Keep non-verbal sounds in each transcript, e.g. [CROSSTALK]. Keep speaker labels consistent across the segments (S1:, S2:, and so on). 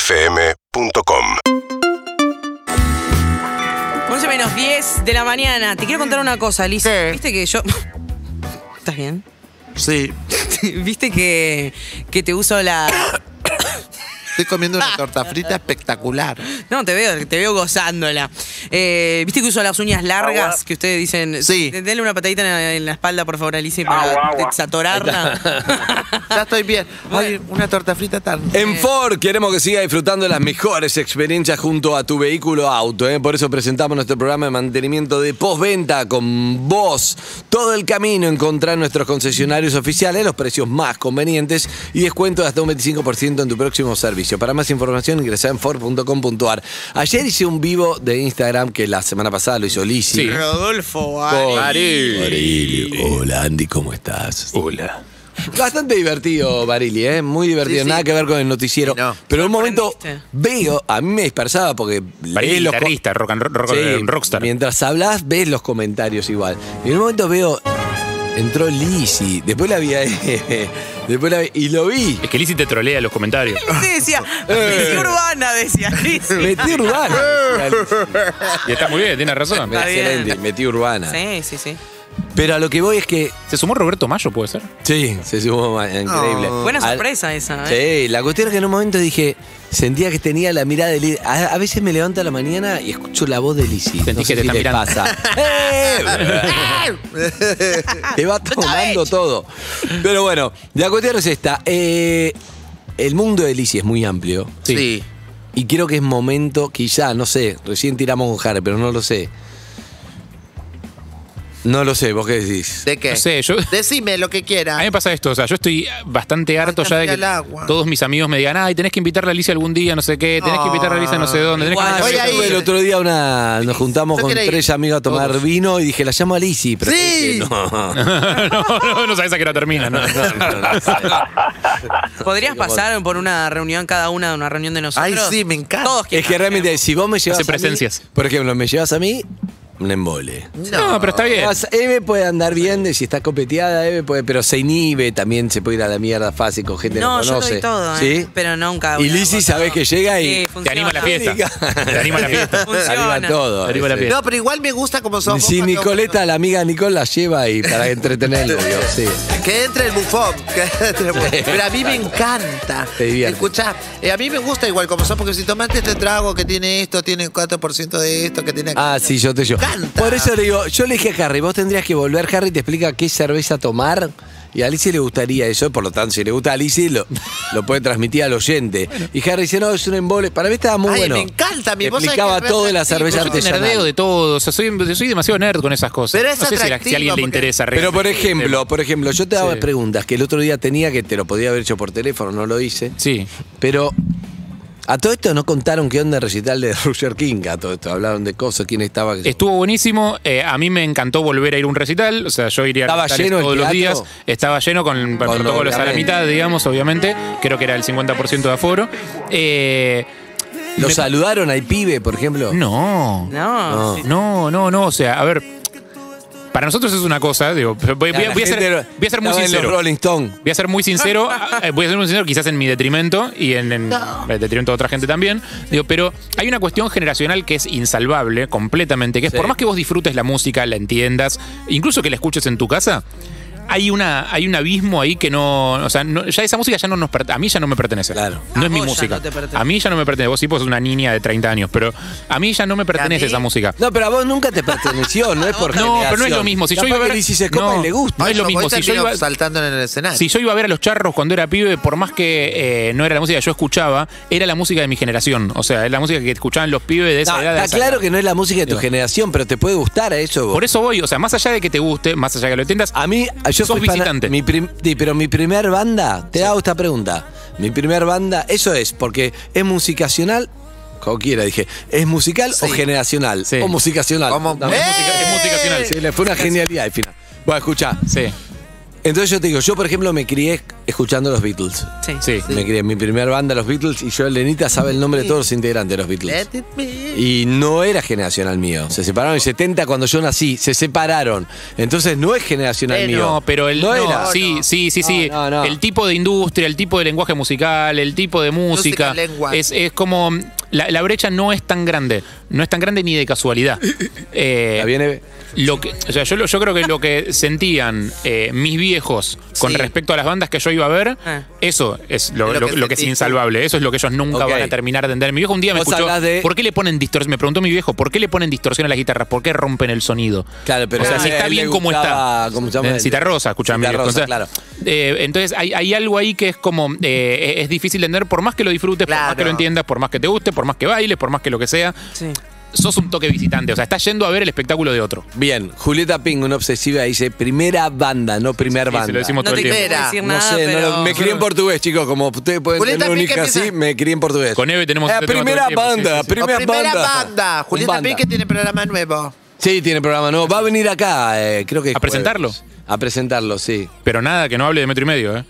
S1: UrbanaPlayFM.com
S2: 11 menos 10 de la mañana. Te quiero contar una cosa, Liz.
S3: ¿Qué?
S2: Viste que yo. [LAUGHS] ¿Estás bien? [LAUGHS]
S3: Sí,
S2: Viste que, que te uso la.
S3: estoy comiendo una torta [LAUGHS] frita espectacular.
S2: No, te veo, te veo gozándola. Eh, Viste que uso las uñas largas que ustedes dicen.
S3: Sí.
S2: Denle una patadita en la, en la espalda, por favor, Alicia, para [LAUGHS] saturarla.
S3: Ya estoy bien. Ay, una torta frita tan.
S4: En Ford queremos que siga disfrutando de las mejores experiencias junto a tu vehículo auto. ¿eh? Por eso presentamos nuestro programa de mantenimiento de postventa con vos. Todo el camino encontrar nuestros concesionarios oficiales, los precios más convenientes y descuento de hasta un 25% en tu próximo servicio. Para más información ingresa en Ford.com.ar. Ayer hice un vivo de Instagram que la semana pasada lo hizo Lizzy.
S2: Rodolfo, ah,
S4: Con- Barili. Hola Andy, ¿cómo estás? Hola. Bastante divertido, Barili, ¿eh? muy divertido.
S3: Sí, sí.
S4: Nada que ver con el noticiero.
S3: Sí, no.
S4: Pero en un momento
S2: Sorprendiste.
S4: veo, a mí me dispersaba porque.
S5: Parece
S4: lees los co-
S5: guitarrista, rock and- rock- eh,
S4: Sí,
S5: rockstar.
S4: Mientras hablas, ves los comentarios igual. Y en un momento veo. Entró Lizzy, después la vi. a- [LAUGHS] después la vi y lo vi.
S5: Es que Lizzy te trolea los comentarios.
S2: Sí, decía.
S3: Eh.
S2: "Lizzy urbana, decía. Lizzy.
S4: Metí urbana.
S5: Y está muy bien, tiene razón.
S2: Está bien.
S4: Excelente, metí urbana.
S2: Sí, sí, sí.
S4: Pero a lo que voy es que.
S5: Se sumó Roberto Mayo, puede ser.
S4: Sí, se sumó ma- increíble.
S3: Ah.
S2: Buena
S4: Al-
S2: sorpresa esa, ¿eh?
S4: Sí, la cuestión es que en un momento dije, sentía que tenía la mirada de Lizzy. A, a veces me levanto a la mañana y escucho la voz de Lizzy.
S5: Sentís
S4: no sé
S5: que te
S4: si les
S5: están mirando. [LAUGHS]
S4: pasa. [LAUGHS] ¡Eh! te va tomando todo. Pero bueno, la cuestión es esta. Eh, el mundo de Lizzy es muy amplio.
S3: Sí.
S4: Y creo que es momento, quizá, no sé, recién tiramos con Jare, pero no lo sé. No lo sé, ¿vos qué decís?
S3: ¿De qué?
S5: No sé, yo-
S3: Decime lo que
S5: A mí
S3: quieras.
S5: me pasa esto, o sea, yo estoy bastante harto ya de
S3: cambiar
S5: que
S3: el agua.
S5: todos mis amigos me digan, ay, tenés que invitar a Lizzy algún día, no sé qué, tenés que invitar a Lizzy a no sé dónde, tenés que
S4: Guau,
S3: Guay,
S5: invitar
S3: voy
S4: Ah, yo
S5: a-
S3: a
S4: tuve
S3: ir.
S4: el otro día una, nos juntamos
S3: Yo
S4: con
S3: quiero ir.
S4: tres amigos a tomar
S5: Todos.
S4: vino y dije, la llamo a Lizzy. Pero
S3: Sí.
S4: dije, no.
S5: [LAUGHS]
S4: [LAUGHS]
S5: no, no, no sabés a qué hora termina, ¿no?
S2: Podrías pasar por una reunión cada una de una reunión de nosotros.
S3: Ay, sí, me encanta.
S2: Todos
S4: Es que realmente, si vos me llevas
S5: Hace
S4: a mí,
S5: presencias.
S4: por ejemplo, me llevas a mí, un embole.
S5: No, pero está bien.
S4: Vas- Eve puede andar bien, de si está copeteada, Eve puede, pero se inhibe, también se puede ir a la mierda fácil con gente
S2: No,
S4: que
S2: yo
S4: no conoce.
S2: doy todo, ¿eh?
S4: ¿Sí?
S2: Pero nunca.
S4: Y
S2: una
S4: Lizzy
S2: cosa,
S4: sabés
S2: no.
S4: que llega y
S2: Sí,
S4: te
S5: Te
S2: funciona.
S5: anima a la fiesta. Te anima a
S4: [LAUGHS]
S5: la fiesta.
S2: Funciona.
S4: Arriba todo.
S5: Arriba la
S4: Sí.
S5: fiesta.
S3: No, pero igual me gusta como
S4: No,
S3: somos.
S4: Si Nicoleta, la amiga Nicole, la lleva ahí para
S2: [LAUGHS]
S4: entretenerlo, yo, sí.
S3: Que entre el bufón. [LAUGHS] que entre el bufón. Pero a mí me encanta.
S4: Te divierte.
S3: Escuchá, eh, a mí me gusta igual como son, porque si tomaste este trago que tiene esto, tiene 4% de esto, que tiene.
S4: Ah, sí, yo te llevo.
S3: encanta.
S4: Por eso le digo, yo le dije a Harry, vos tendrías que volver, Harry, te explica qué cerveza tomar. Y a Alicia le gustaría eso, por lo tanto, si le gusta a Alicia, lo, lo puede transmitir al oyente. Y Harry dice, no, es un embole. Para mí estaba muy
S3: Ay,
S4: bueno.
S3: me encanta, mi
S4: Te
S3: voz es que
S4: explicaba
S3: re
S4: todo de la
S3: atractivo.
S4: cerveza
S3: Yo soy
S5: Yo soy nerdeo
S4: artesanal.
S5: de todo, o sea, soy, yo soy demasiado nerd con esas cosas.
S3: Pero es
S5: no sé si, la- si a alguien
S3: atractivo,
S5: le
S3: porque-
S5: interesa
S4: Pero
S5: realmente
S4: por e-
S5: el
S4: ejemplo,
S5: tema.
S4: por ejemplo, yo te daba
S5: Sí.
S4: preguntas que el otro día tenía que te lo podía haber hecho por teléfono, no lo hice.
S5: Sí.
S4: Pero a todo esto no contaron qué onda el recital de [LAUGHS] Roger King, a todo esto. Hablaron de cosas, quién estaba. qué sé yo.
S5: Estuvo buenísimo. eh, a mí me encantó volver a ir a un recital. O sea, yo iría
S4: ¿Estaba
S5: a recitales
S4: lleno el
S5: todos los
S4: teatro?
S5: días. Estaba lleno con,
S4: Con lo-
S5: protocolos a la
S4: obviamente.
S5: mitad, digamos, obviamente. Creo que era el 50% de aforo. Eh,
S4: ¿Lo
S5: me-
S4: saludaron al pibe, por ejemplo?
S5: no.
S2: No. sí.
S5: No, no, no. O sea, a ver. Para nosotros es una cosa, digo, voy, Eh, voy
S4: La
S5: a, voy a
S4: gente
S5: ser, voy a ser
S4: estaba en
S5: muy
S4: los
S5: sincero.
S4: Rolling Stone.
S5: Voy a ser muy sincero,
S2: [LAUGHS]
S5: eh, voy a ser muy sincero, quizás en mi detrimento y en, en el detrimento de otra gente también. Digo, pero hay una cuestión generacional que es insalvable completamente, que es
S4: Sí.
S5: por más que vos disfrutes la música, la entiendas, incluso que la escuches en tu casa, hay una hay un abismo ahí que no, o sea, no- ya esa música ya no nos perte- a mí ya no me pertenece.
S4: Claro.
S5: No
S2: A
S5: es mi
S2: vos ya
S5: música.
S2: no te pertenece.
S5: a mí ya no me pertenece. Vos sí vos sos una niña de 30 años, pero a mí ya no me pertenece
S3: mí?
S5: esa música.
S4: No, pero a vos nunca te perteneció,
S5: [LAUGHS]
S4: no es por
S5: No, pero no es lo
S4: generación.
S5: mismo. Si yo
S4: Capaz
S5: iba a
S4: que
S5: ver-
S4: Lizzy se copa
S5: no.
S4: y le gusta.
S5: No es lo mismo, si yo
S3: termino
S5: iba-
S3: saltando en el escenario.
S5: Si yo iba a ver a los charros cuando era pibe, por más que eh, no era la música que yo escuchaba, era la música de mi generación. O sea, es la música que escuchaban los pibes de esa
S4: No,
S5: edad. de
S4: está
S5: esa
S4: claro
S5: edad.
S4: que no es la música de tu
S5: Digo.
S4: generación, pero te puede gustar a eso vos.
S5: Por eso voy, o sea, más allá de que te guste, más allá de que lo entiendas,
S4: a mí, yo
S5: Sos
S4: fui fan-
S5: visitante.
S4: mi prim- sí, pero mi primer banda, te hago esta pregunta. Mi primer banda, eso es, porque es musicacional, cualquiera dije, ¿es musical o generacional?
S5: Sí.
S4: O musicacional.
S3: Como-
S4: Dame.
S3: ¡Eh!
S5: es música final.
S4: Sí, le fue una genialidad al final. Bueno, escucha.
S5: sí.
S4: Entonces yo te digo, yo por ejemplo me crié escuchando los Beatles.
S2: Sí.
S5: Sí.
S4: Me crié en mi primer banda, los Beatles, y yo, Lenita, sabe el nombre de todos los integrantes de los Beatles.
S3: Let it be.
S4: Y no era generacional mío. Se separaron en 70 cuando yo nací. Se separaron. Entonces no es generacional mío.
S5: Eh, No, pero el.
S4: No
S5: No,
S4: era.
S5: Sí, sí, sí, sí.
S4: No, no, no.
S5: El tipo de industria, el tipo de lenguaje musical, el tipo de música.
S3: lengua.
S5: es, es como. La, la brecha no es tan grande. No es tan grande ni
S4: [LAUGHS]
S5: de casualidad. Eh,
S4: La viene-
S5: Lo que, o sea, yo, lo- yo creo que lo que sentían eh, mis viejos con
S2: Sí.
S5: respecto a las bandas que yo iba a ver,
S2: Ah.
S5: eso es lo,
S3: Es lo
S5: lo-
S3: que
S5: lo que es
S3: sentiste.
S5: insalvable. Eso es lo que ellos nunca
S4: Ok.
S5: van a terminar de entender. Mi viejo un día me
S4: Vos
S5: escuchó.
S4: hablás de-
S5: ¿Por qué le ponen distorsión? Me preguntó mi viejo, ¿por qué le ponen distorsión a las guitarras? ¿Por qué rompen el sonido?
S4: Claro, pero
S5: o sea,
S4: a
S5: si
S4: Ah, él
S5: está
S4: le
S5: bien como
S4: gustaba,
S5: está.
S4: ¿cómo se llama?
S5: Eh, Cita Rosa, escuchame.
S4: Cita Rosa, claro.
S5: eh, entonces hay, hay algo ahí que es como, eh, es es difícil de entender por más que lo disfrutes, por más que
S3: Claro.
S5: lo entiendas, por más que te guste, por más que bailes, por más que lo que sea.
S2: Sí.
S5: Sos un toque visitante, o sea, estás yendo a ver el espectáculo de otro.
S4: Bien, Julieta Ping, una obsesiva, dice primera banda, no primer
S5: Sí,
S4: banda.
S5: se lo decimos
S2: No
S5: todo
S2: te
S5: el tiempo.
S2: quiero decir
S4: No
S2: nada,
S4: sé, no
S2: pero...
S4: lo- me crié en portugués, chicos. Como ustedes pueden
S3: Julieta
S4: tener un
S3: Pink
S4: hijo
S3: empieza-
S4: así, me crié en portugués.
S5: Con Eve tenemos
S4: Eh,
S5: este tema
S4: primera
S5: todo el tiempo,
S4: banda,
S5: sí, sí, sí.
S4: primera,
S3: O primera
S4: banda.
S3: banda. Julieta
S4: Banda.
S3: Pique tiene programa nuevo.
S4: Sí, tiene programa nuevo. Va a venir acá, eh, creo que.
S5: ¿A
S4: jueves.
S5: presentarlo?
S4: A presentarlo, sí.
S5: Pero nada, que no hable de metro y medio, ¿eh?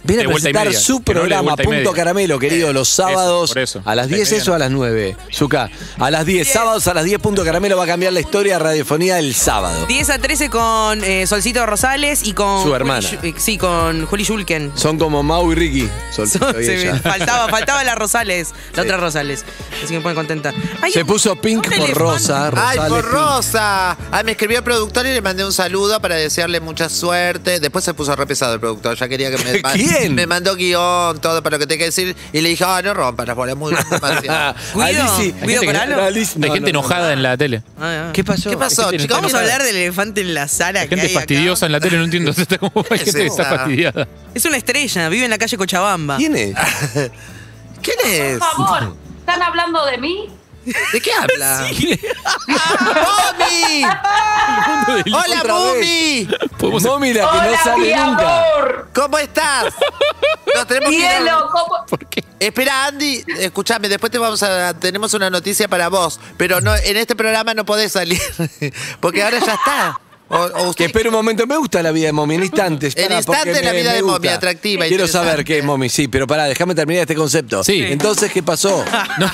S4: Viene
S5: De
S4: a
S5: vuelta y
S4: presentar
S5: media.
S4: su
S5: Que no hable de
S4: programa
S5: vuelta y
S4: Punto
S5: media.
S4: Caramelo, querido, los sábados
S5: por eso.
S4: a las
S5: Vuelta y
S4: 10
S5: media
S4: eso
S5: no.
S4: a las 9. Zuka, a las 10, sábados a las 10 Punto Caramelo va a cambiar la historia de radiofonía el sábado.
S2: 10 a 13 con eh, Solcito Rosales y con...
S4: Su
S2: Juli
S4: hermana.
S2: Shu- eh, sí, con Juli Shulken.
S4: Son como Mau y Ricky. Sol-
S2: Son- [LAUGHS]
S4: soy
S2: se me-
S4: ella.
S2: faltaba, faltaba la Rosales, la otra Rosales. Así que me pone contenta. Hay
S4: Se
S2: un-
S4: puso
S2: un
S4: pink por
S2: elefante.
S4: rosa.
S3: Ay,
S4: Rosales
S3: por
S4: Pink.
S3: Rosa. Ay, me escribió el productor y le mandé un saludo para desearle mucha suerte. Después se puso re pesado el productor. Ya quería que me
S4: [LAUGHS] ¿Quién?
S3: Me mandó guión, todo para lo que tenga que decir. Y le dije, ah, no rompas las bolas,
S4: [LAUGHS]
S3: muy
S4: Ah,
S3: demasiado.
S2: Guido,
S4: Alici-
S2: Guido
S4: Alici-
S2: Coralo.
S4: Alici-
S5: hay
S4: no,
S5: gente
S4: no, no.
S5: enojada en la tele.
S2: Ah, ah.
S4: ¿Qué pasó?
S3: ¿Qué pasó,
S5: Hay gente
S3: chicos?
S2: Vamos a hablar del elefante en la sala.
S5: Hay
S2: que
S5: gente
S2: hay acá.
S5: fastidiosa en la tele,
S2: [LAUGHS]
S5: no entiendo. Está como- hay gente que está
S3: esa?
S5: fastidiada.
S2: Es una estrella, vive en la calle Cochabamba.
S4: ¿Quién es?
S3: ¿Quién es?
S6: Por favor, ¿están hablando de mí?
S3: ¿De qué habla? [LAUGHS]
S4: [LAUGHS]
S3: ¡Mami! ¡Hola,
S4: Otra
S3: Mumi!
S5: [LAUGHS] Podemos-
S4: Mami, la que no
S6: Hola, mi
S4: sale nunca.
S6: amor.
S3: ¿Cómo
S4: [LAUGHS]
S3: estás? Nos tenemos que ir a-
S6: Cielo, ¿cómo?
S5: ¿Por qué?
S3: Espera, Andy, escúchame, después te vamos a tenemos una noticia para vos, pero no en este programa no podés salir, [LAUGHS] porque ahora ya está. O, o
S4: Que
S3: usted,
S4: espera un momento, me gusta la vida de Momi, en instantes.
S3: En
S4: pará, porque
S3: instantes la
S4: me-
S3: vida
S4: me
S3: de Momi,
S4: gusta.
S3: atractiva,
S4: Quiero
S3: interesante.
S4: saber qué es Momi, sí, pero pará, déjame terminar este concepto.
S5: Sí.
S4: Entonces,
S3: [LAUGHS]
S4: ¿qué pasó?
S5: No.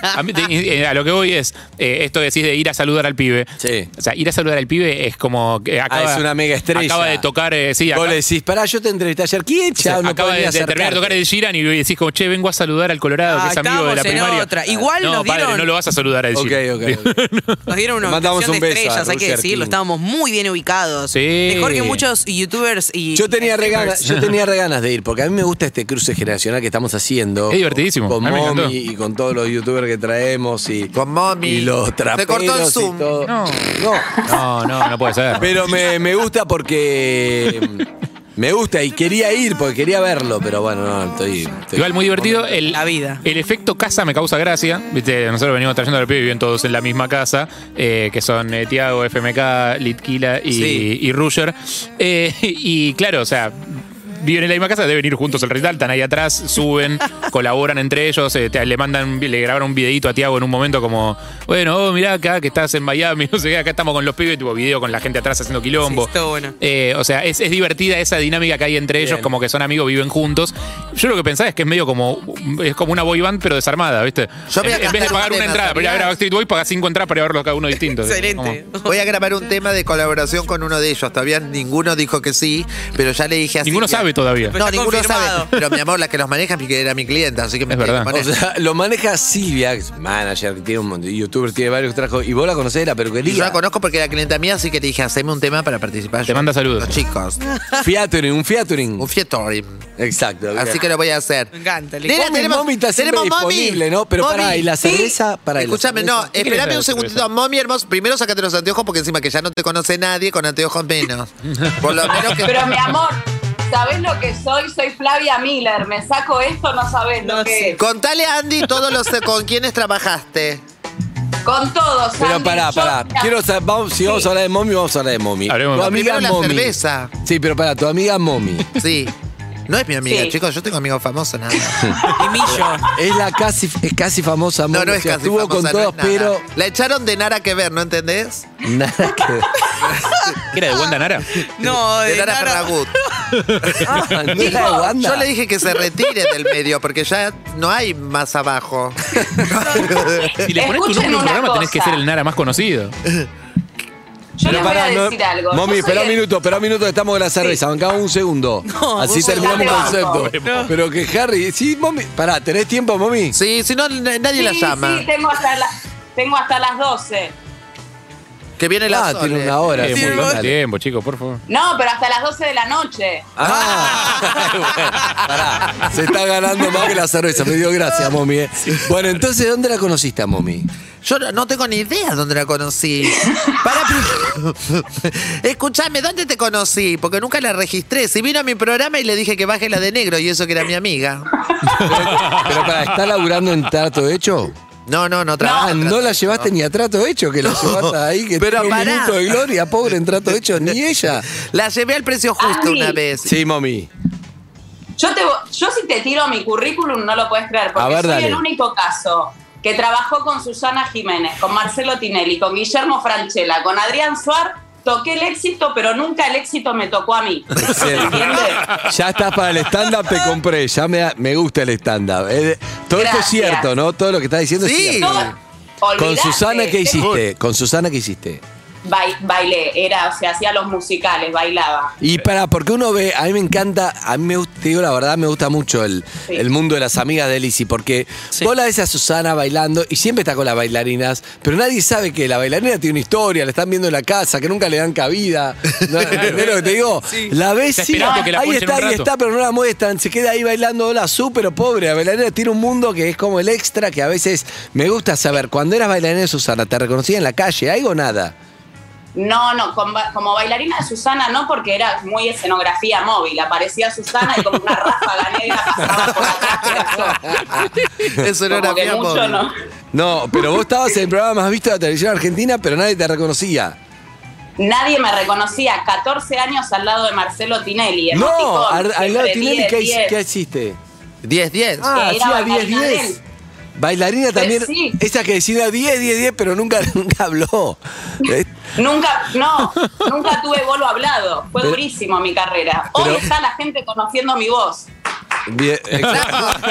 S5: A, mí- eh, a lo que voy es, eh, esto decís de ir a saludar al pibe.
S4: Sí. Ah,
S5: O sea, ir a saludar al pibe es como... que acaba,
S4: es una mega estrella.
S5: Acaba de tocar, eh, sí,
S4: Vos
S5: acaba,
S4: le decís, pará, yo te entrevisté ayer. ¿Quién?
S5: o sea,
S4: Chao, no
S5: acaba de,
S4: podría
S5: de terminar de tocar
S4: acercarte.
S5: el Giran y decís como, che, vengo a saludar al Colorado,
S2: Ah,
S5: que es amigo de la
S2: estábamos en
S5: primaria.
S2: otra. Igual
S5: no,
S2: nos
S5: padre,
S2: dieron-
S5: no lo vas a saludar al Giran.
S4: Ok, ok, ok.
S2: Nos dieron una
S4: Le mandamos
S2: mandación de
S4: un beso a
S2: estrellas, hay que
S4: Roger
S2: decirlo.
S4: King.
S2: Estábamos muy bien ubicados.
S5: Sí.
S2: Mejor que muchos youtubers y.
S4: Yo tenía, re ganas, yo tenía re ganas de ir, porque a mí me gusta este cruce generacional que estamos haciendo.
S5: Es divertidísimo,
S4: Con
S5: a mí me
S4: Momi
S5: encantó.
S4: y con todos los youtubers que traemos y,
S3: con Mami.
S4: y los traperos
S3: Se cortó el
S4: y
S3: Zoom.
S4: todo.
S5: No.
S4: no.
S5: [LAUGHS] No, no, no puede ser.
S4: Pero me, me gusta porque. mm, Me gusta y quería ir porque quería verlo, pero bueno, no, estoy. estoy-
S5: Igual muy divertido. El,
S2: La vida.
S5: El efecto casa me causa gracia. Viste, nosotros venimos trayendo al pibe y viven todos en la misma casa, eh, que son eh, Tiago, FMK, Litquila y,
S4: Sí.
S5: y Ruger. Eh, [LAUGHS] y claro, o sea. Viven en la misma casa, deben ir juntos al recital, están ahí atrás,
S2: [LAUGHS]
S5: suben, colaboran entre ellos, eh, te- le mandan, le grabaron un videito a Tiago en un momento como, bueno, oh, mirá acá que estás en Miami, [LAUGHS] no sé qué, acá estamos con los pibes, tipo video con la gente atrás haciendo quilombo.
S2: Sí, está bueno.
S5: Eh, o sea, es, es divertida esa dinámica que hay entre ellos,
S4: Bien.
S5: como que son amigos, viven juntos. Yo lo que pensaba es que es medio como es como una boy band, pero desarmada, ¿viste?
S3: Yo voy a
S5: en, en vez de
S3: gastar
S5: pagar
S3: un
S5: una
S3: tema,
S5: entrada para ir a ver a
S3: ¿sabías?
S5: Backstreet Boys, pagas cinco entradas para ir a verlos cada uno distinto.
S2: Excelente.
S5: [LAUGHS] Como-
S3: Voy a grabar un tema de colaboración con uno de ellos. Todavía ninguno dijo que sí, pero ya le dije así.
S5: Ninguno sabe todavía.
S3: No,
S2: Está
S3: ninguno
S2: confirmado.
S3: sabe. Pero mi amor, la que los maneja era mi clienta, así que me
S5: Es
S3: tiene que
S5: verdad.
S4: O
S3: poner.
S4: sea, lo maneja Silvia, que es manager, que tiene un montón, youtuber, tiene varios trajos. Y vos la conocés de la
S3: Y yo la
S4: peluquería.
S3: conozco porque era clienta mía, así que le dije, haceme un tema para participar.
S5: Te manda saludos.
S3: Los chicos.
S4: Featuring, un featuring.
S3: Un fietorim.
S4: Exacto.
S3: Así que lo voy a hacer.
S2: Me encanta. Le-
S3: Nena,
S4: Mami, Mami está siempre disponible, ¿no? Pero pará, ¿y la cerveza? Pará, ¿y la
S3: Escúchame,
S4: cerveza?
S3: no,
S4: ¿Qué
S5: querés
S3: espérame
S5: de
S3: un
S5: la
S3: segundito.
S5: cerveza?
S3: Mami, hermoso, primero sacate los anteojos porque encima que ya no te conoce nadie, con anteojos menos. Por lo menos que...
S6: Pero mi amor, ¿sabés lo que soy? Soy Flavia Miller. Me saco esto, no sabés
S2: No
S6: lo que
S2: sé.
S3: Contale a Andy todos los eh, con quienes trabajaste.
S6: es. Con todos.
S4: Pero
S6: Andy,
S4: pará,
S6: yo-
S4: pará.
S6: mira,
S4: Quiero saber, vamos- si vamos a hablar de Momi, vamos a hablar de Momi.
S5: Hablemos de
S4: Tu
S5: Momi.
S4: amiga
S3: Primero la
S4: Momi.
S3: cerveza.
S4: Sí, pero pará, tu amiga Momi.
S3: Sí. No es mi amiga,
S6: Sí.
S3: chicos, yo tengo amigos famosos nada.
S4: [LAUGHS]
S3: más.
S2: Y Millo.
S4: Es la casi, es casi famosa
S3: No,
S4: Moni,
S3: no es
S4: que
S3: casi
S4: estuvo
S3: famosa,
S4: con
S3: no
S4: todos,
S3: es nada.
S4: pero
S3: La echaron de nada que ver, ¿no entendés?
S4: nada que ver.
S5: ¿Qué era de Wanda Nara?
S2: No,
S3: De
S2: de
S3: Nara
S2: Nara-
S4: [LAUGHS]
S3: Ferragut.
S4: Ah,
S3: [LAUGHS]
S4: no era de Wanda.
S3: Yo le dije que se retire del medio porque ya no hay más abajo.
S5: Si le pones tu nombre a un
S6: Escuchen una
S5: programa, tenés que
S6: cosa.
S5: ser el Nara más conocido.
S6: Yo les voy
S4: pará,
S6: a
S4: no-
S6: decir algo.
S4: Mami,
S6: Yo soy
S4: espera un
S6: el-
S4: minuto, espera un minuto, que estamos con la cerveza, bancamos un
S6: [LAUGHS]
S4: segundo.
S2: No,
S4: Así
S2: vos
S4: terminamos el
S6: dejate
S4: concepto. Pero que Harry, sí, mami. Pará, ¿tenés tiempo, mami?
S3: Sí, si no, n- nadie
S6: Sí,
S3: la llama.
S6: sí, tengo hasta, la- tengo hasta las 12.
S3: Que viene la
S4: Ah,
S3: Sole.
S4: tiene una hora.
S5: Eh,
S4: sí,
S5: muy poco
S4: dale.
S5: tiempo, chicos, por favor.
S6: No, pero hasta las 12 de la noche.
S4: Ah, [LAUGHS] bueno, pará. Se está ganando más que la cerveza. Me dio gracias, mami. eh. Bueno, entonces, ¿dónde la conociste a mami?
S3: Yo no, no tengo ni idea dónde la conocí. Para, [LAUGHS] escúchame, ¿dónde te conocí? Porque nunca la registré. Si vino a mi programa y le dije que baje la de negro y eso que era mi amiga.
S4: Pero para, ¿está laburando en trato hecho?
S3: No, no, no
S4: Ah,
S3: trabaja.
S4: no la llevaste ni a trato hecho, que la llevaste ahí, que
S3: Pero
S4: tiene un
S3: pará.
S4: minuto de gloria, pobre en trato hecho, ni ella.
S3: La llevé al precio justo
S6: Ay.
S3: una vez.
S4: Sí, mami.
S6: Yo, te, vo- yo si te tiro mi currículum no lo puedes creer,
S4: A
S6: porque
S4: ver,
S6: soy
S4: dale.
S6: el único caso que trabajó con Susana Jiménez, con Marcelo Tinelli, con Guillermo Franchella, con Adrián Suar. Toqué el éxito, pero nunca el éxito me tocó a
S4: [LAUGHS]
S6: mí. [LAUGHS]
S4: Excelente.
S6: ¿Entiendes?
S4: Ya estás para el stand-up, te compré. Ya me, me gusta el stand-up. Eh, todo esto es
S6: Gracias.
S4: cierto, ¿no? Todo lo que estás diciendo
S3: Sí.
S4: es
S6: No,
S4: cierto. Con
S6: olvidate.
S4: Susana, ¿qué hiciste? Con Susana, ¿qué hiciste?
S6: Bai- bailé, era, o sea, hacía los musicales, bailaba.
S4: Y para, porque uno ve, a mí me encanta, a mí me gusta, te digo la verdad, me gusta mucho el,
S6: Sí.
S4: el mundo de las amigas de Lizzy, porque
S2: Sí.
S4: vos la ves a Susana bailando y siempre está con las bailarinas, pero nadie sabe que la bailarina tiene una historia, la están viendo en la casa, que nunca le dan cabida. ¿No? ¿Entendés lo que te digo? La ves,
S5: Está
S4: sí,
S5: esperando que la
S4: ahí
S5: ponchen
S4: está,
S5: un
S4: ahí
S5: rato.
S4: está, pero no la muestran, se queda ahí bailando, hola, su, pero pobre, la bailarina tiene un mundo que es como el extra, que a veces me gusta saber, cuando eras bailarina de Susana, ¿te reconocía en la calle, algo o nada?
S6: No, no, con ba- como bailarina de Susana no, porque era muy escenografía móvil. Aparecía Susana y como una [LAUGHS] ráfaga negra pasaba por acá.
S3: Eso no
S6: Como
S3: era mi
S6: que mucho
S3: amor.
S6: no.
S4: No, pero vos estabas en el programa más visto de la televisión argentina, pero nadie te reconocía.
S6: Nadie me reconocía. 14 años al lado de Marcelo Tinelli.
S4: No,
S6: emoticón,
S4: al, al lado de
S6: siempre
S4: Tinelli, ¿qué,
S6: 10,
S4: hici-
S6: 10.
S4: qué hiciste?
S3: 10-10.
S4: Ah,
S6: era
S4: hacía
S6: bailarina
S4: 10-10.
S6: de él.
S4: Bailarina también,
S6: sí.
S4: esa que decía 10, 10, 10, pero nunca, [LAUGHS] nunca habló. Eh,
S6: Nunca,
S4: [LAUGHS]
S6: no, nunca tuve bolo hablado. Fue
S4: Pero-
S6: durísimo mi carrera. Hoy
S4: pero-
S6: está la gente conociendo mi voz.
S4: bien, exacto.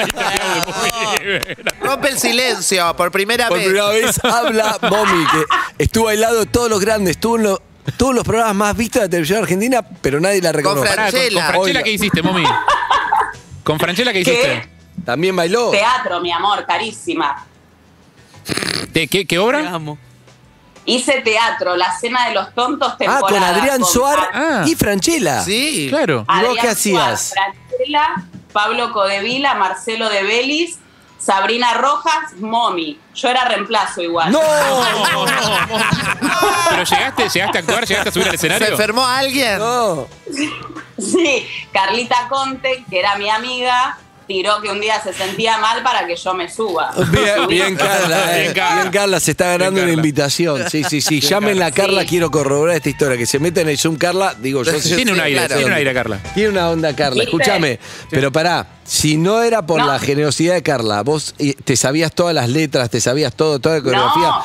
S3: Rompe el silencio por primera
S4: Por
S3: vez.
S4: primera vez habla Bomi, que estuvo al lado de todos los grandes, estuvo en los, todos los programas más vistos de la televisión argentina, pero nadie la reconoce.
S3: Fran-
S5: Pará, con, con
S3: Franchella.
S5: Franchella, ¿qué hiciste, mami? ¿Con Franchella qué hiciste?
S4: También bailó.
S6: Teatro, mi amor, carísima.
S5: ¿De qué, qué
S2: Te
S5: obra?
S2: amo.
S6: Hice teatro, La Cena de los Tontos,
S4: Ah,
S6: temporada.
S4: con Adrián
S6: con
S4: Suar
S6: Ar-
S5: Ah.
S4: y Franchella.
S3: Sí.
S5: Claro.
S4: ¿Y vos
S6: Adrián
S4: qué hacías?
S6: Suar, Franchella, Pablo Codevila, Marcelo de Belis, Sabrina Rojas, Momi. Yo era reemplazo igual.
S4: ¡No!
S5: ¿Pero llegaste, llegaste a actuar? ¿Llegaste a subir al
S3: ¿Se
S5: escenario?
S3: enfermó alguien?
S4: No.
S6: Sí, Carlita Conte, que era mi amiga, tiró que un día se sentía mal para que yo me suba.
S4: Bien,
S5: [LAUGHS]
S4: bien, Carla. eh. Bien,
S5: Bien, Carla.
S4: Carla, se está ganando
S5: Bien,
S4: una
S5: Carla.
S4: invitación. Sí, sí, sí. Llámenla a
S6: Carla.
S4: Carla,
S6: Sí.
S4: quiero corroborar esta historia. Que se meta en el Zoom, Carla. Digo, yo
S3: Sí,
S5: Tiene un aire,
S3: claro.
S5: tiene un aire, Carla.
S4: Tiene una onda, Carla.
S6: ¿Viste?
S4: Escúchame. Pero pará, si no era por
S6: No.
S4: la generosidad de Carla, vos eh, te sabías todas las letras, te sabías todo, toda la coreografía.
S6: No.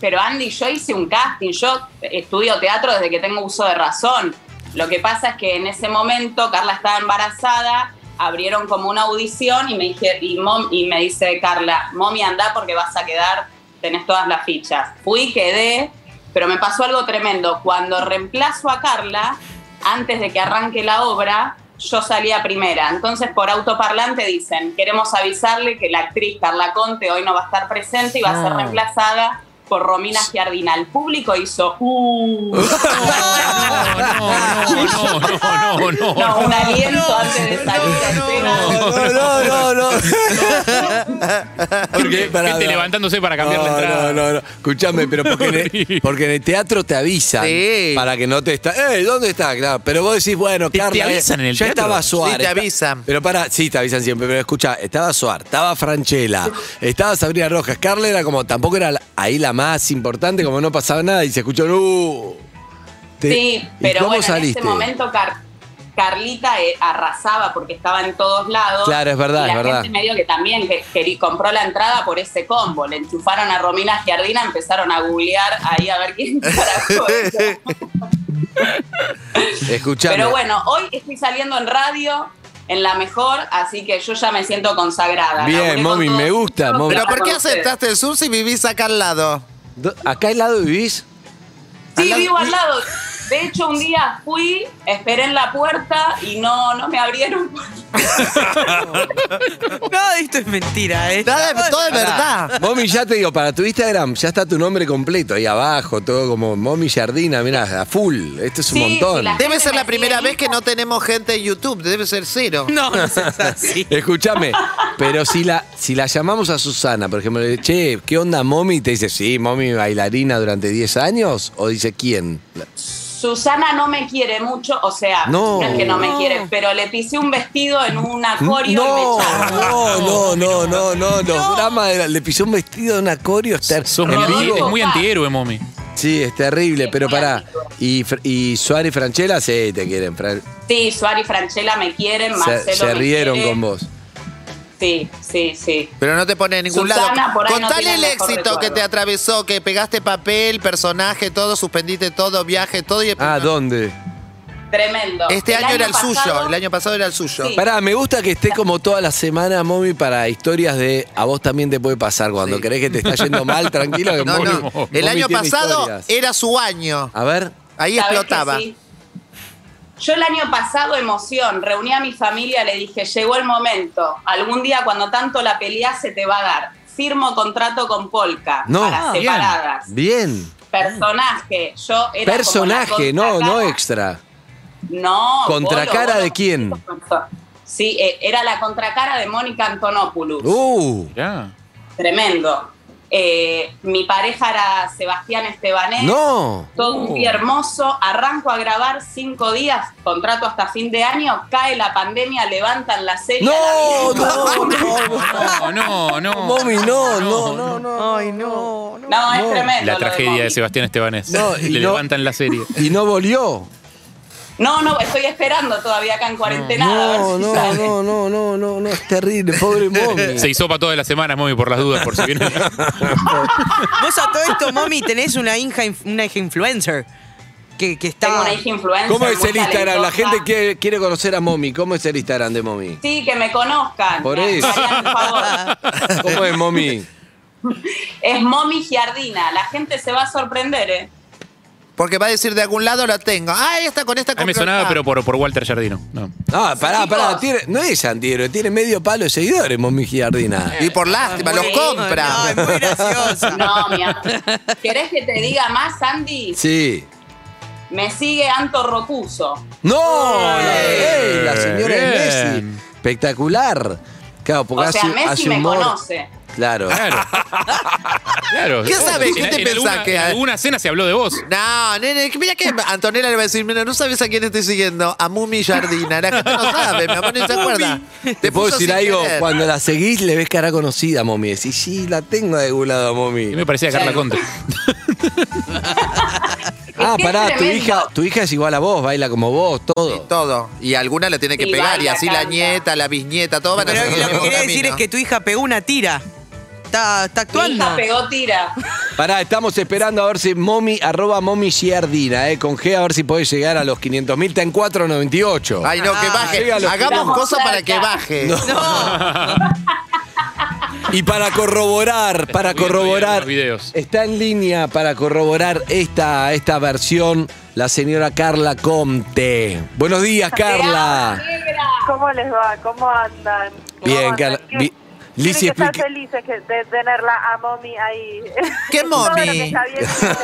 S6: Pero Andy, yo hice un casting, yo estudio teatro desde que tengo uso de razón. Lo que pasa es que en ese momento Carla estaba embarazada, abrieron como una audición y me, dije, y mom- y me dice Carla, Momi, anda porque vas a quedar, tenés todas las fichas. Fui, quedé, pero me pasó algo tremendo. Cuando reemplazo a Carla, antes de que arranque la obra, yo salía primera. Entonces, por autoparlante dicen, queremos avisarle que la actriz Carla Conte hoy no va a estar presente y va a ser reemplazada por Romina Giardina. El público hizo, "Uh".
S5: No, no, no, no, no,
S6: No,
S5: no.
S6: un aliento antes de salir a escena.
S4: No, no, no, no.
S5: Porque
S4: Pará,
S5: gente
S4: pará.
S5: levantándose para cambiar la
S4: No,
S5: entrada.
S4: No, no, no. Escuchame, pero porque en, el, porque en el teatro te avisan
S3: Sí.
S4: para que no te está. ¡Eh, ¿dónde está? Claro, pero vos decís, bueno,
S5: ¿Te- te
S4: Carla. eh,
S5: avisan en el
S4: ya
S5: teatro?
S4: estaba Suárez.
S3: Sí, te avisan.
S4: Pero para, sí, te avisan siempre, pero escucha, estaba Suar, estaba Franchella, estaba Sabrina Rojas. Carla era como, tampoco era la- ahí la más importante, como no pasaba nada y se escuchó, ¡uh! Te-
S6: Sí,
S4: ¿y
S6: pero
S4: cómo
S6: bueno,
S4: saliste?
S6: en ese momento Car- Carlita eh, arrasaba porque estaba en todos lados.
S4: Claro, es verdad,
S6: Y la
S4: es verdad.
S6: gente medio que también que, que compró la entrada por ese combo. Le enchufaron a Romina Giardina, empezaron a googlear ahí a
S4: [LAUGHS]
S6: ver quién carajo era.
S4: Escuchame.
S6: Pero bueno, hoy estoy saliendo en radio, en la mejor, así que yo ya me siento consagrada.
S4: Bien,
S6: Laburé con
S4: mami,
S6: todos
S4: me gusta,
S6: ellos,
S4: mami.
S3: ¿Pero por qué
S6: con ustedes.
S3: aceptaste el sur si vivís acá al lado?
S4: Do- ¿Acá al lado vivís?
S3: Al
S6: Sí,
S3: lado-
S6: vivo al lado. De hecho, un día fui, esperé en la puerta y no, no me abrieron.
S2: No, esto es mentira, ¿eh?
S3: Nada, todo es
S4: Pará,
S3: verdad.
S4: Momi, ya te digo, para tu Instagram ya está tu nombre completo ahí abajo, todo como Momi Jardina, mira, a full. Esto es un
S6: Sí,
S4: montón.
S6: sí, la-
S3: Debe ser la
S6: me
S3: primera
S6: sigue,
S3: vez que no tenemos gente en YouTube, debe ser cero.
S2: No, no seas así.
S4: Escúchame, pero si la, si la llamamos a Susana, por ejemplo, le dice, che, ¿qué onda Momi? Te dice, sí, Momi bailarina durante 10 años, o dice, ¿quién?
S6: Susana no me quiere mucho, o sea,
S4: No. Mm,
S6: no, es que no me
S2: No.
S6: quiere, pero le pisé un vestido en un acorio
S4: No,
S6: y me echaron.
S4: no, no, no, no, no, los dramas de la- le pisó un vestido de un acorio, está
S5: Sos
S4: en
S5: muy, anti-
S4: vivo.
S5: es muy antihéroe, mommy.
S4: Sí, es terrible,
S6: Es
S4: pero
S6: muy
S4: pará.
S6: antiguo.
S4: Y, Fr- y Suárez y Franchella, sí, te quieren. Fran-
S6: Sí, Suárez y Franchella me quieren, Marcelo
S4: se, se
S6: me
S4: rieron
S6: quiere.
S4: con vos.
S6: Sí, sí, sí.
S3: Pero no te pone en ningún
S6: Susana,
S3: lado.
S6: por ahí no
S3: Contale
S6: tiene
S3: el
S6: el mejor
S3: éxito que
S6: recuerdo.
S3: te atravesó, que pegaste papel, personaje, todo, suspendiste todo, viaje, todo. Y
S4: Ah, ¿dónde?
S6: Tremendo.
S3: Este año, era el suyo,
S6: pasado-
S3: el año pasado era el suyo.
S6: Sí.
S4: Pará, me gusta que esté como toda la semana, Momi, para historias de a vos también te puede pasar cuando
S3: Sí.
S4: crees que te está yendo mal, tranquilo. Que
S3: No,
S4: Momi-
S3: no,
S4: Momi
S3: el año
S4: tiene
S3: pasado
S4: historias.
S3: era su año.
S4: A ver,
S3: Ahí
S6: ¿Sabés
S3: explotaba.
S6: que sí? Yo el año pasado, emoción, reuní a mi familia, le dije, llegó el momento, algún día cuando tanto la pelea se te va a dar. Firmo contrato con Polka
S4: No.
S6: para
S4: Ah,
S5: bien.
S6: separadas.
S4: bien.
S6: Personaje, yo era
S4: Personaje,
S6: como la
S4: no, no
S6: contracara-
S4: extra.
S6: No.
S4: ¿Contracara
S6: Bolo,
S4: de quién?
S6: Bolo. Sí, eh, era la contracara de Mónica Antonopoulos.
S4: Uh,
S5: Ya.
S6: Tremendo. Eh, mi pareja era Sebastián Estebanés.
S4: no.
S6: Todo un día hermoso, arranco a grabar cinco días, contrato hasta fin de año, cae la pandemia, levantan la serie.
S4: No,
S6: la vida-
S4: no, no.
S5: No, no, no.
S4: Momi, no, no, no, no.
S2: Ay, no.
S6: [LAUGHS] no, es tremendo.
S5: La
S6: lo
S5: tragedia de
S6: Momi.
S5: Sebastián Estebanés.
S4: No, y
S5: Le
S4: no-
S5: levantan la serie.
S4: Y no volvió.
S6: No, no, estoy esperando todavía acá en cuarentena. a ver
S4: No,
S6: si
S4: no,
S6: sale.
S4: no, no, no, no, no, es terrible, pobre Momi.
S5: Se hizo para todas las semanas, Momi, por las dudas, por si
S4: [LAUGHS]
S5: viene.
S2: Vos a todo esto, mami, tenés una hija, inf- una hija influencer que, que está.
S6: Tengo una hija influencer.
S4: ¿Cómo es
S6: muy
S4: el Instagram? La
S6: talentosa.
S4: gente quiere, quiere conocer a Momi. ¿Cómo es el Instagram de Momi?
S6: Sí, que me conozcan.
S4: Por
S6: Me
S4: eso.
S6: harían
S4: [LAUGHS]
S6: el favor.
S4: ¿Cómo es
S6: [LAUGHS]
S4: Momi?
S6: Es Momi Giardina. La gente se va a sorprender, ¿eh?
S3: Porque va a decir de algún lado la tengo. Ah, esta con esta
S5: A mí me
S3: compró
S5: sonaba,
S3: acá.
S5: pero por, por Walter Jardino. No.
S4: Ah, pará, pará.
S6: Chicos.
S4: tiene- no es antihéroe, tiene medio palo de seguidores, Momi Giardina.
S3: Y por lástima, los
S2: Muy- No,
S3: compra.
S2: es muy graciosa.
S6: No, mi amor. ¿Querés que te diga más, Andy?
S4: Sí.
S6: Me sigue Anto Rocuso.
S4: ¡No! La, ¡Ey! la señora es
S5: Bien.
S4: Messi. Espectacular. Claro, porque
S6: O sea,
S4: hace,
S6: Messi
S4: hace
S6: me
S4: humor.
S6: conoce. Ah,
S4: Claro.
S5: Claro. claro.
S3: ¿Qué sabés? ¿Qué te pensás
S5: alguna-
S3: que-
S5: En alguna cena se habló de vos.
S3: No, nene, que mira que Antonella le va a decir, mira, no sabes a quién estoy siguiendo, a Mumi Jardina. La gente no sabe, mi amor, no se acuerda.
S4: Te puedo
S3: puso
S4: decir
S3: sin
S4: algo,
S3: querer.
S4: cuando la seguís le ves cara conocida, Momi. Decís, sí, la tengo de algún lado,
S5: Y
S4: Momi.
S5: me parecía Carla Conte.
S4: Ah,
S6: Es que es
S4: pará, tu
S6: tremendo.
S4: hija, tu hija es igual a vos, baila como vos, todo.
S3: Todo. Y alguna la tiene que
S6: Y
S3: pegar, y
S6: baila,
S3: así la
S6: canta.
S3: nieta, la bisnieta, todo van a
S2: Pero
S3: seguir
S2: lo
S3: el
S2: que
S3: mismo
S2: quería decir es
S3: camino.
S2: que tu hija pegó una tira. Está, está
S6: Mi
S2: actuando.
S6: hija pegó tira.
S4: Pará, estamos esperando a ver si momi, arroba momi Giardina, eh, con G, a ver si podés llegar a los 500 mil, está en 498.
S3: Ay, no, que
S2: Ah,
S3: baje.
S4: llega a los
S3: Hagamos
S6: tiramos.
S3: cosas para que
S6: Cerca.
S3: baje.
S2: No,
S4: Y para corroborar, para
S5: Estoy viendo
S4: corroborar,
S5: algunos videos.
S4: está en línea para corroborar esta, esta versión la señora Carla Comte. Buenos días,
S6: Te
S4: Carla.
S6: amo, negra.
S7: ¿Cómo les va? ¿Cómo andan? ¿Cómo
S4: Bien,
S7: andan?
S4: Carla.
S7: Qué-
S4: Vi-
S7: Tienen
S4: Lizzy,
S7: que estar
S4: explique-
S7: felices que- de tenerla a Momi ahí. [LAUGHS]
S3: ¿Qué
S7: Todo lo que
S3: Momi?
S7: está bien.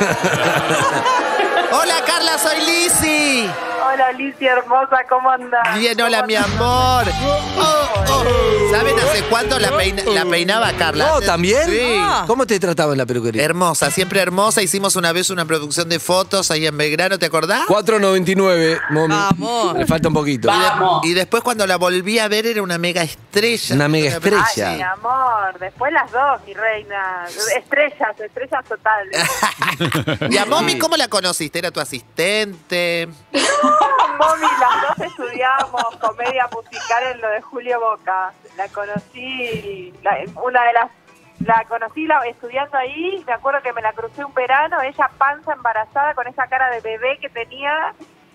S3: Hola, Carla, soy Lizzy.
S7: hola, Lizzy hermosa, ¿cómo andas?
S3: Bien, hola, mi amor. Oh, oh. ¿Saben hace cuánto la, peina- la peinaba Carla?
S4: ¿No,
S3: Antes-
S4: también?
S3: Sí.
S2: Ah.
S4: ¿Cómo te trataba en la peluquería?
S3: Hermosa, siempre hermosa. Hicimos una vez una producción de fotos ahí en Belgrano, ¿te acordás?
S4: 4.99, momi.
S2: Vamos.
S4: Le falta un poquito.
S6: Vamos.
S3: Y después cuando la volví a ver era una mega estrella.
S4: Una mega estrella.
S3: Ay,
S7: mi amor. Después las dos, mi reina. Estrellas, estrellas totales.
S3: ¿Y a Momi cómo la conociste? ¿Era tu asistente?
S7: Con Momi, las dos estudiamos comedia musical en lo de Julio Boca. La conocí, la- una de las. La conocí la- estudiando ahí, me acuerdo que me la crucé un verano, ella panza embarazada con esa cara de bebé que tenía,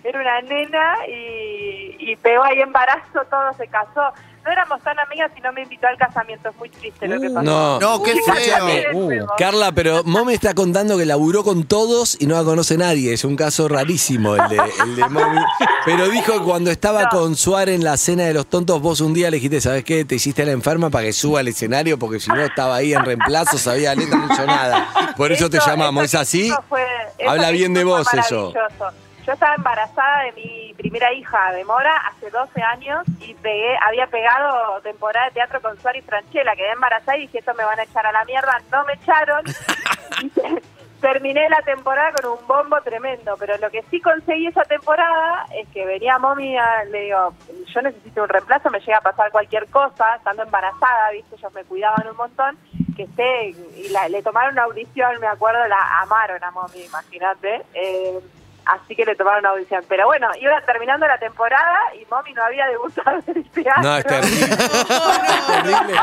S7: era una nena y, y pegó ahí embarazo, todo se casó. No éramos tan amigas y no me invitó al casamiento, es muy triste lo que pasó.
S4: No.
S3: No, qué
S7: Escúchame.
S3: feo.
S7: Uh.
S4: Carla, pero Momi está contando que laburó con todos y no la conoce nadie. Es un caso rarísimo el de, el de Momi. Pero dijo que cuando estaba
S7: No.
S4: con Suárez en la cena de los tontos, vos un día le dijiste, ¿sabes qué? Te hiciste la enferma para que suba al escenario porque si no estaba ahí en reemplazo, sabía la letra, no hizo nada. Por eso te
S7: Eso-
S4: llamamos. ¿Es
S7: eso-
S4: así?
S7: eso
S4: [LAUGHS]
S7: fue- eso
S4: Habla
S7: que
S4: bien
S7: hizo
S4: de
S7: fue
S4: vos eso.
S7: maravilloso. Yo estaba embarazada de mi primera hija, de Mora, hace 12 años y pegué, había pegado temporada de teatro con Suárez y Franchella. Quedé embarazada y dije, esto me van a echar a la mierda. No me echaron. Y te- Terminé la temporada con un bombo tremendo, pero lo que sí conseguí esa temporada es que venía Momi, a- le digo, yo necesito un reemplazo, me llega a pasar cualquier cosa, estando embarazada, viste, ellos me cuidaban un montón, que esté, y la- le tomaron una audición, me acuerdo, la amaron a Momi, imagínate, eh, así que le tomaron una audición. Pero bueno, iba terminando la temporada y Momi no había debutado en el teatro.
S4: No, es terrible.
S7: [LAUGHS]
S4: Es terrible.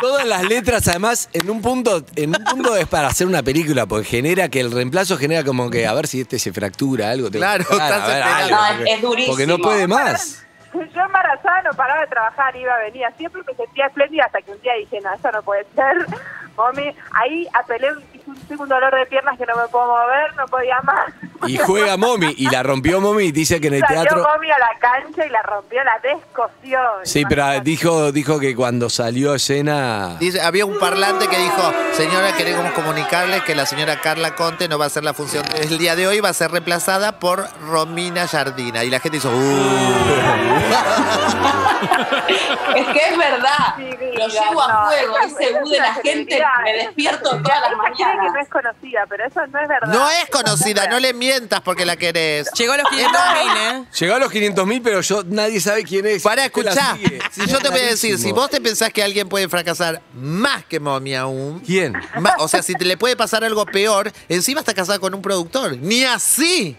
S4: Todas las letras, además, en un punto, en un punto es para hacer una película, porque genera que el reemplazo genera como que a ver si este se fractura algo. tengo
S3: Claro,
S4: que buscar,
S3: estás
S4: a ver,
S3: esperando.
S4: algo,
S6: No, es- es durísimo.
S4: Porque no puede más.
S7: Pues Yo embarazada no paraba de trabajar, iba, venía, siempre me sentía espléndida hasta que un día dije, no, eso no puede ser, [LAUGHS] mami, ahí apelé, un- tuve un dolor de piernas que no me puedo mover, no podía más.
S4: Y juega Momi, y la rompió Momi, y dice que en [LAUGHS] el
S7: Salió
S4: teatro.
S7: mami a la cancha y la rompió, la descosió.
S4: Sí, pero dijo, dijo que cuando salió a escena.
S3: Dice, había un parlante que dijo, señora, queremos comunicarle que la señora Carla Conte no va a hacer la función del día de hoy, va a ser reemplazada por Romina Jardina. Y la gente hizo, "Uh".
S6: Es que es verdad.
S7: Sí,
S6: Lo
S7: diga,
S6: llevo a
S7: no,
S6: fuego.
S7: esa-
S6: Ese
S7: esa
S6: U de
S7: es
S6: la
S7: una
S6: gente
S7: celebridad,
S6: me
S7: esa es
S6: despierto
S7: una
S6: todas las
S7: celebridad. Ella cree que no
S6: mañanas.
S7: es conocida, pero eso no es verdad.
S3: No es
S7: Eso
S3: conocida,
S7: real.
S3: no le mientas porque la querés.
S2: Llegó a los 500 ¿eh?
S4: Llegó a los 500 mil, pero yo nadie sabe quién es.
S3: Para
S4: Te la
S3: escuchar,
S4: sigue.
S3: si yo te voy a decir, si
S4: Clarísimo.
S3: vos te pensás que alguien puede fracasar más que Momi aún,
S4: ¿Quién?
S3: ma- o sea, si te le puede pasar algo peor, encima está casada con un productor. Ni así.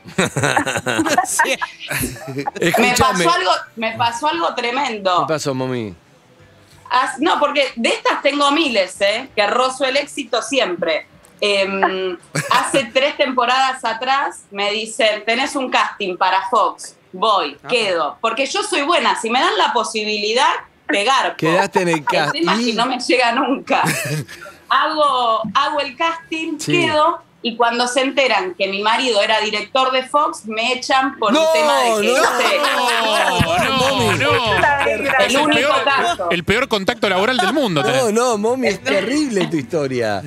S6: Me
S4: Escúchame.
S6: pasó, algo, me pasó algo tremendo.
S4: ¿Qué pasó, Momi?
S6: As- No, porque de estas tengo miles, ¿eh? Que rozo el éxito siempre.
S4: [LAUGHS]
S6: Em, hace tres temporadas atrás me dicen, tenés un casting para Fox, voy,
S4: Ah.
S6: quedo. Porque yo soy buena, si me dan la posibilidad, pegar. po.
S4: Quedaste en
S6: [LAUGHS]
S4: el casting.
S6: Encima si no me
S4: [LAUGHS]
S6: llega nunca. hago, hago el casting,
S4: Sí.
S6: quedo. Y cuando se enteran que mi marido era director de Fox, me echan por un tema de que este
S4: no,
S6: no sé,
S5: No, no.
S7: Una desgracia.
S5: Es el
S6: único
S5: peor,
S6: caso.
S5: el peor contacto laboral del mundo.
S4: No,
S5: tenés.
S4: no, Momi, es terrible tu historia.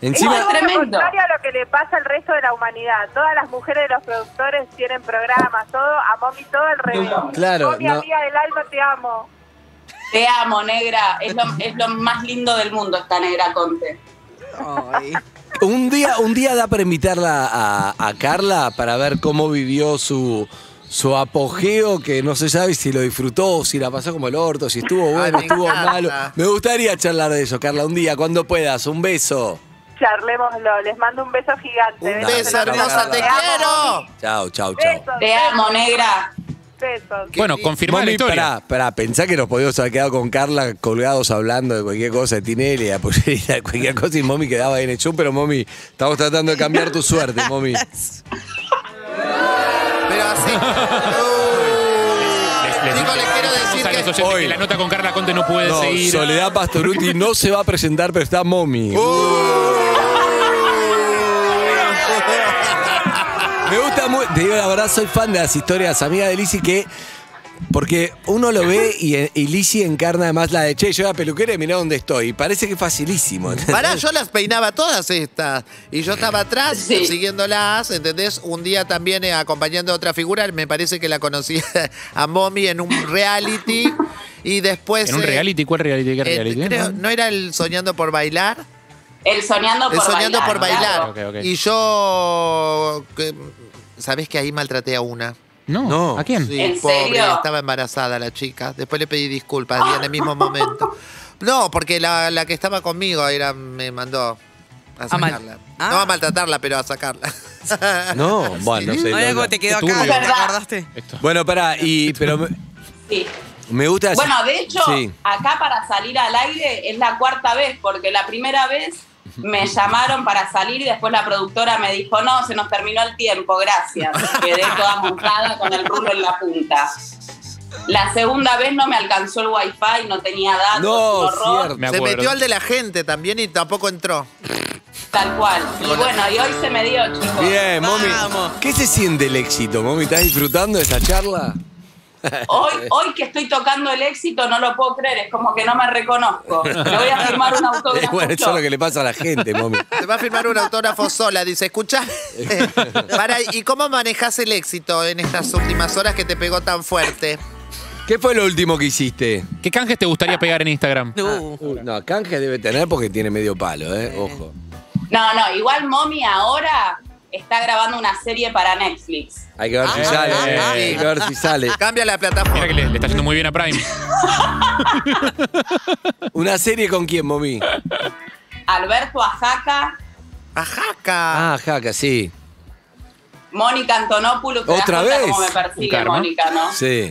S4: Encima,
S7: Todo lo
S6: Tremendo.
S7: contrario a lo que le pasa al resto de la humanidad. Todas las mujeres de los productores tienen programas, todo, a Momi todo el revés.
S4: claro,
S7: Momi,
S4: no.
S7: amiga del alma, te amo.
S6: Te amo, negra. Es lo, es lo más lindo del mundo esta negra Conte.
S4: un día, un día da para invitarla a, a Carla para ver cómo vivió su, su apogeo, que no se sabe si lo disfrutó, si la pasó como el orto, si estuvo bueno,
S3: me
S4: estuvo
S3: encanta.
S4: malo. Me gustaría charlar de eso, Carla, un día, cuando puedas. Un beso.
S7: Charlémoslo. Les mando un beso gigante.
S3: Un
S7: Besos
S3: beso,
S7: enormes.
S3: hermosa, te
S7: amo,
S3: quiero.
S7: Momi.
S4: Chao, chao, chao.
S7: Besos.
S6: Te amo, negra.
S7: Besos.
S5: Bueno, confirmó la
S4: Mami,
S5: historia.
S4: pará, pará, pensá que nos podíamos haber quedado con Carla colgados hablando de cualquier cosa, de Tinelli, de la pollerita, de cualquier cosa, y Momi quedaba ahí en el show, pero Momi, estamos tratando de cambiar tu suerte, Momi.
S3: Pero así. Uh.
S5: Les- les-
S3: Chicos, les quiero
S5: les-
S3: decir
S5: a los
S3: que-
S5: oyentes
S4: Hoy.
S5: la nota con Carla Conte no puede
S4: No,
S5: seguir.
S4: Soledad Pastoruti no se va a presentar, pero está Momi. [LAUGHS] Me gusta mucho, te digo la verdad, soy fan de las historias, amiga de Lizzy, que... Porque uno lo ve y, y Lizzy encarna además la de, che, yo era peluquera y mirá dónde estoy. Y parece que es facilísimo.
S3: Pará, yo las peinaba todas estas. Y yo estaba atrás
S6: Sí.
S3: siguiéndolas, ¿entendés? Un día también eh, acompañando a otra figura, me parece que la conocí [LAUGHS] a Momi en un reality. Y después.
S5: ¿En un
S3: eh,
S5: reality? ¿Cuál reality? ¿Qué
S3: eh,
S5: reality?
S3: creo- ¿No era el Soñando por Bailar?
S6: El soñando por
S3: El Soñando
S6: bailar.
S3: por Bailar.
S6: claro.
S5: claro. Ok, ok.
S3: Y yo. que- Sabés que ahí maltraté a una.
S5: No.
S4: No.
S5: ¿A quién?
S3: Sí,
S6: ¿En
S3: pobre,
S6: serio?
S3: estaba embarazada la chica. Después le pedí disculpas y en el mismo momento. No, porque la, la que estaba conmigo era, me mandó a
S2: mal-
S3: sacarla.
S2: Ah.
S3: No a maltratarla, pero a sacarla.
S4: [LAUGHS] No, bueno, no sé.
S2: Ay,
S4: no-
S2: algo te quedó
S5: Estuvo
S2: acá, ¿te
S6: bien.
S2: acordaste?
S4: Bueno, pará, y, pero me-
S6: Sí.
S4: me gusta...
S6: Bueno, de hecho,
S4: Sí.
S6: acá para salir al aire es la cuarta vez, porque la primera vez
S4: [LAUGHS]
S6: me llamaron para salir y después la productora me dijo, no, se nos terminó el tiempo, gracias. Quedé toda montada con el rulo en la punta. La segunda vez no me alcanzó el wifi, no tenía datos,
S4: No,
S6: un horror,
S4: cierto.
S5: Me
S3: Se
S5: acuerdo.
S3: metió al de la gente también y tampoco entró.
S6: tal cual. Y bueno, y hoy se me dio, chicos.
S4: Bien, mami.
S2: Vamos.
S4: ¿Qué se siente el éxito, mami? ¿Estás disfrutando de esta charla?
S6: Hoy, hoy que estoy tocando el éxito no lo puedo creer, es como que no me reconozco. Le voy a firmar
S4: [LAUGHS]
S6: un
S4: Eh,
S6: [LAUGHS] autógrafo.
S4: bueno, eso es
S6: yo.
S4: lo que le pasa a la gente, mami.
S3: Te va a firmar un autógrafo sola, dice, escucha. Para, ¿y cómo manejas el éxito en estas últimas horas que te pegó tan fuerte?
S4: ¿Qué fue lo último que hiciste?
S5: ¿Qué canjes te gustaría pegar en Instagram?
S2: Uh,
S4: Uh, No, canje debe tener porque tiene medio palo, ¿eh? Ojo.
S6: No, no, igual Mommy ahora está grabando una serie para Netflix.
S4: Hay que ver si
S2: Ah,
S4: sale.
S2: ah,
S4: eh,
S2: ah.
S4: Hay que ver si sale.
S3: Cambia la plataforma.
S5: Mira que le, le está yendo muy bien a Prime.
S4: ¿Una serie con quién, mami?
S6: Alberto Ajaca,
S3: Ajaca.
S4: Ah, Jaca, sí.
S6: Mónica Antonopoulos, te das
S4: ¿Otra
S6: cuenta
S4: vez?
S6: cómo me
S5: Un
S6: persigue
S5: karma.
S6: Mónica, ¿no?
S4: Sí.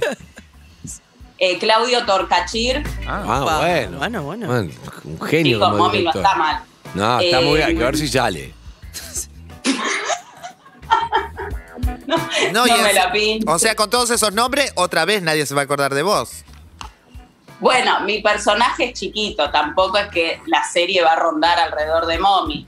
S6: Eh, Claudio Torcachir,
S4: [LAUGHS] Ah,
S2: pa.
S4: bueno.
S2: Bueno, bueno.
S4: Un genio
S6: digo,
S4: como
S6: Mommy no
S4: director.
S6: está mal.
S4: No, está
S6: Eh,
S4: muy bien. Hay que ver si sale.
S6: No,
S3: No, y
S6: me
S3: es-
S6: la pinto.
S3: o sea, con todos esos nombres, otra vez nadie se va a acordar de vos.
S6: Bueno, mi personaje es chiquito, tampoco es que la serie va a rondar alrededor de Mommy.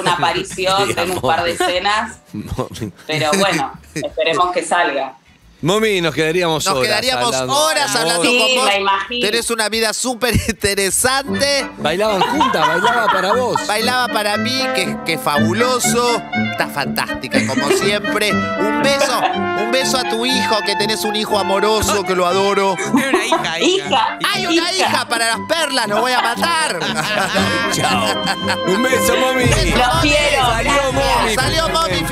S4: [LAUGHS]
S6: una aparición,
S4: Sí,
S6: tengo un
S4: amor.
S6: par de escenas,
S4: Mami.
S6: pero bueno, esperemos que salga.
S4: Mami, nos quedaríamos
S3: Nos
S4: horas
S3: quedaríamos
S4: hablando.
S3: horas hablando
S6: Sí,
S3: con
S6: la
S3: vos.
S6: imagino.
S3: Tenés una vida súper interesante.
S4: Bailaban juntas, bailaba para vos.
S3: Bailaba para mí, que, que fabuloso. Está fantástica, como siempre. Un beso, un beso a tu hijo, que tenés un hijo amoroso, que lo adoro.
S2: Tiene una hija,
S6: Hija,
S3: ¡Hay una hija para las perlas! ¡Lo voy a matar!
S4: [LAUGHS] Chao. Un beso, mami.
S6: Los quiero.
S4: Salió
S6: gracias.
S4: mami.
S3: ¡Salió mami
S4: [LAUGHS]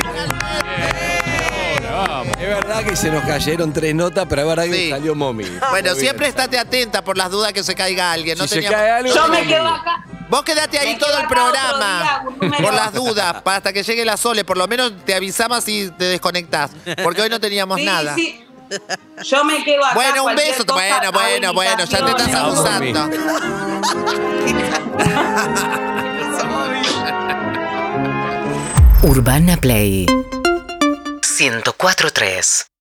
S5: Vamos.
S4: Es verdad que se nos cayeron tres notas, pero es verdad que
S3: Sí.
S4: salió mommy.
S3: Bueno, siempre estate atenta por las dudas que se caiga alguien. No
S4: Si se
S3: teníamos-
S4: cae algo.
S6: Yo
S4: mommy.
S6: me quedo acá.
S3: Vos quedate ahí
S6: Me
S3: todo
S6: quedo
S3: el
S6: acá otro
S3: programa. [LAUGHS]
S6: día, un número.
S3: Por las dudas, pa- hasta que llegue la Sole. Por lo menos te avisamos si te desconectás. Porque hoy no teníamos
S6: Sí,
S3: nada.
S6: sí. Yo me quedo acá.
S3: Bueno, un
S6: cualquier
S3: beso.
S6: cosa,
S3: Bueno, bueno, bueno. Ya te estás
S6: habilitaciones.
S3: abusando.
S8: Urbana Play 104.3